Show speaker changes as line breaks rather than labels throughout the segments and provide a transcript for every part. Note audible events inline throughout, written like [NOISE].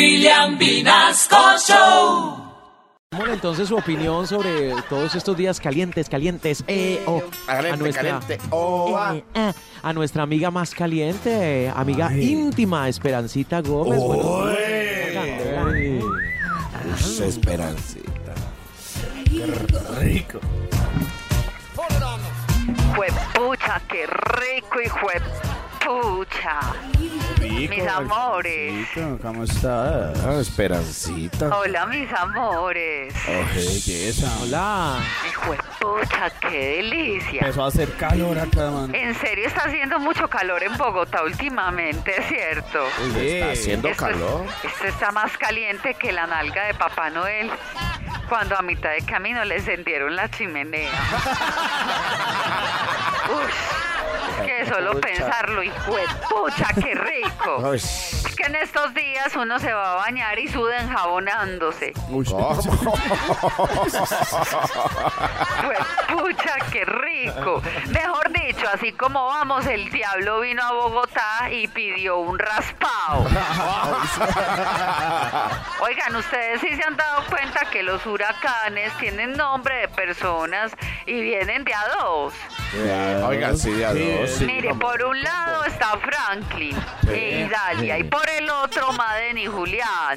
William Vinasco Show.
Bueno, entonces su opinión sobre todos estos días calientes, calientes, eh, oh,
Caliente, caliente. Oh, va.
eh, ah, a nuestra amiga más caliente, eh, amiga íntima, Esperancita Gómez. Bueno,
Ush, esperancita.
Juepucha, Pues, qué rico y juepucha. mis amores.
¿Cómo estás?
Ah, esperancita. Oh,
Hola, mis amores.
hola.
Mi Juepucha, qué delicia.
Empezó a hacer calor acá, man.
En serio está haciendo mucho calor en Bogotá últimamente, ¿cierto?
Está haciendo
Esto es-
calor.
esto está más caliente que la nalga de Papá Noel cuando a mitad de camino le encendieron la chimenea. Ush, que solo pensarlo, hijo de pucha,
[LAUGHS]
qué rico.
Ush.
Es que en estos días uno se va a bañar y suda enjabonándose.
¿Cómo?
Pues, pucha, qué rico. Mejor dicho, así como vamos, el diablo vino a Bogotá y pidió un raspado. Oigan, ustedes sí se han dado cuenta que los huracanes tienen nombre de personas y vienen de a dos.
Oigan, sí, de a dos. sí.
Mire, por un lado está Franklin e Idalia y por el otro Maden y Julián.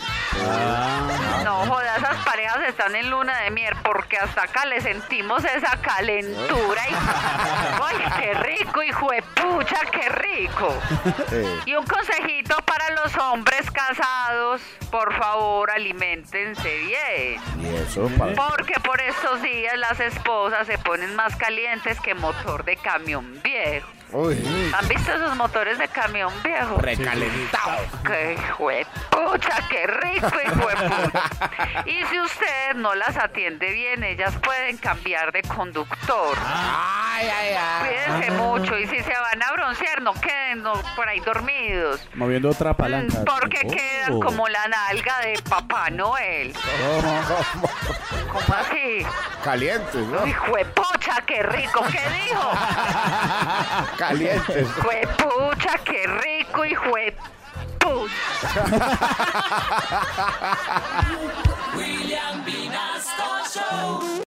No jodas, esas parejas están en luna de miel porque hasta acá le sentimos esa calentura y ¡ay, qué rico, hijo de pucha, qué rico!
Eh,
Y un consejito para los hombres casados, por favor, alimentense bien.
y eso para.
Porque por estos días las esposas se ponen más calientes que motor de camión viejo.
Uy,
¿Han visto esos motores de camión viejo?
recalentado.
¡Qué juepucha! ¡Qué rico, hijuepucha! Y si usted no las atiende bien, ellas pueden cambiar de conductor.
Ay, ay, ay.
Cuídense mucho y si se van a broncear, no queden no, por ahí dormidos.
Moviendo otra palanca.
Mm, Porque quedan como la nalga de Papá Noel. ¿Cómo así?
Calientes, ¿no?
¡Hijuepucha! ¡Qué rico! ¿Qué dijo?
[LAUGHS] Calientes.
¡Juepucha, qué rico y juepucha!
William Vinasco Show.